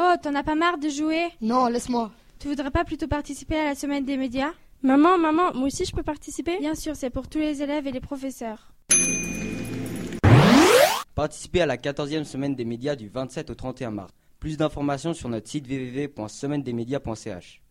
Oh, t'en as pas marre de jouer Non, laisse-moi. Tu voudrais pas plutôt participer à la semaine des médias Maman, maman, moi aussi je peux participer Bien sûr, c'est pour tous les élèves et les professeurs. Participez à la 14e semaine des médias du 27 au 31 mars. Plus d'informations sur notre site www.semainedesmedias.ch.